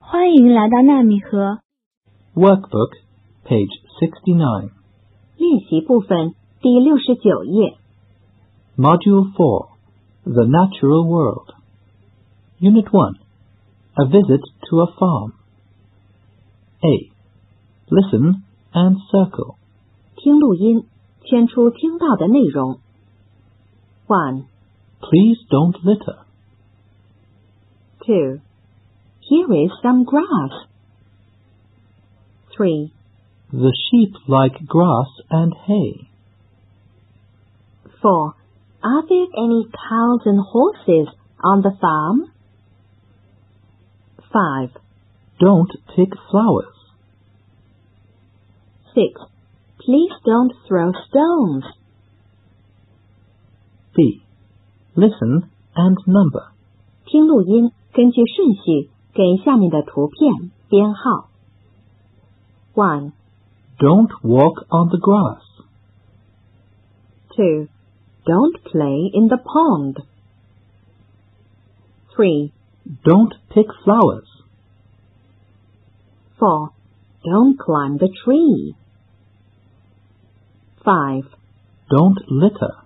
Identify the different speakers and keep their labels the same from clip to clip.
Speaker 1: 欢迎来到纳米盒
Speaker 2: Workbook, page 69,
Speaker 3: 练习部分第六十九页
Speaker 2: Module 4, The Natural World. Unit 1, A Visit to a Farm. A. Listen and circle.
Speaker 3: 听录音，圈出听到的内容。One,
Speaker 2: Please don't litter.
Speaker 3: two. Here is some grass. Three,
Speaker 2: The sheep like grass and hay.
Speaker 3: four. Are there any cows and horses on the farm? Five,
Speaker 2: Don't pick flowers.
Speaker 3: six. Please don't throw stones.
Speaker 2: B. Listen and number.
Speaker 3: 听录音，根据顺序给下面的图片编号。One,
Speaker 2: Don't walk on the grass.
Speaker 3: two. Don't play in the pond. Three,
Speaker 2: Don't pick flowers.
Speaker 3: four. Don't climb the tree. Five,
Speaker 2: Don't litter.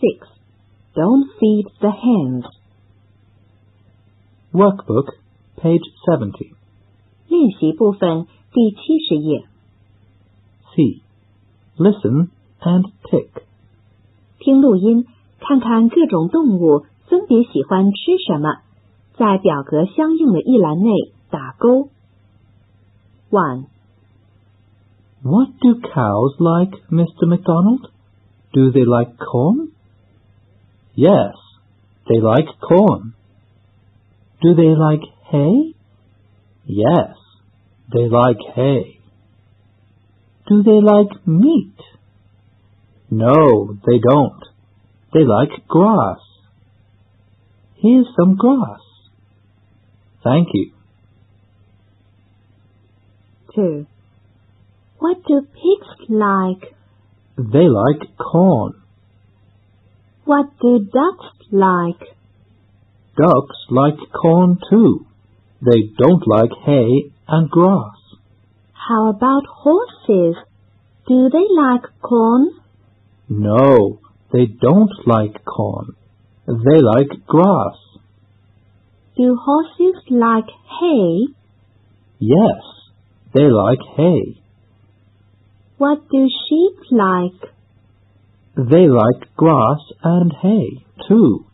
Speaker 3: six. Don't feed the hens.
Speaker 2: Workbook, page 70.
Speaker 3: 练习部分第七十页，
Speaker 2: C. Listen and tick.
Speaker 3: 听录音，看看各种动物分别喜欢吃什么，在表格相应的一栏内打勾。One.
Speaker 2: What do cows like, Mr. MacDonald? Do they like corn? Yes, they like corn. Do they like hay? Yes, they like hay. Do they like meat? No, they don't. They like grass. Here's some grass. Thank you.
Speaker 3: Two. What do pigs like?
Speaker 2: They like corn.
Speaker 3: What do ducks like?
Speaker 2: Ducks like corn too. They don't like hay and grass.
Speaker 3: How about horses? Do they like corn?
Speaker 2: No, they don't like corn. They like grass.
Speaker 3: Do horses like hay?
Speaker 2: Yes, they like hay.
Speaker 3: What do sheep like?
Speaker 2: They like grass and hay too.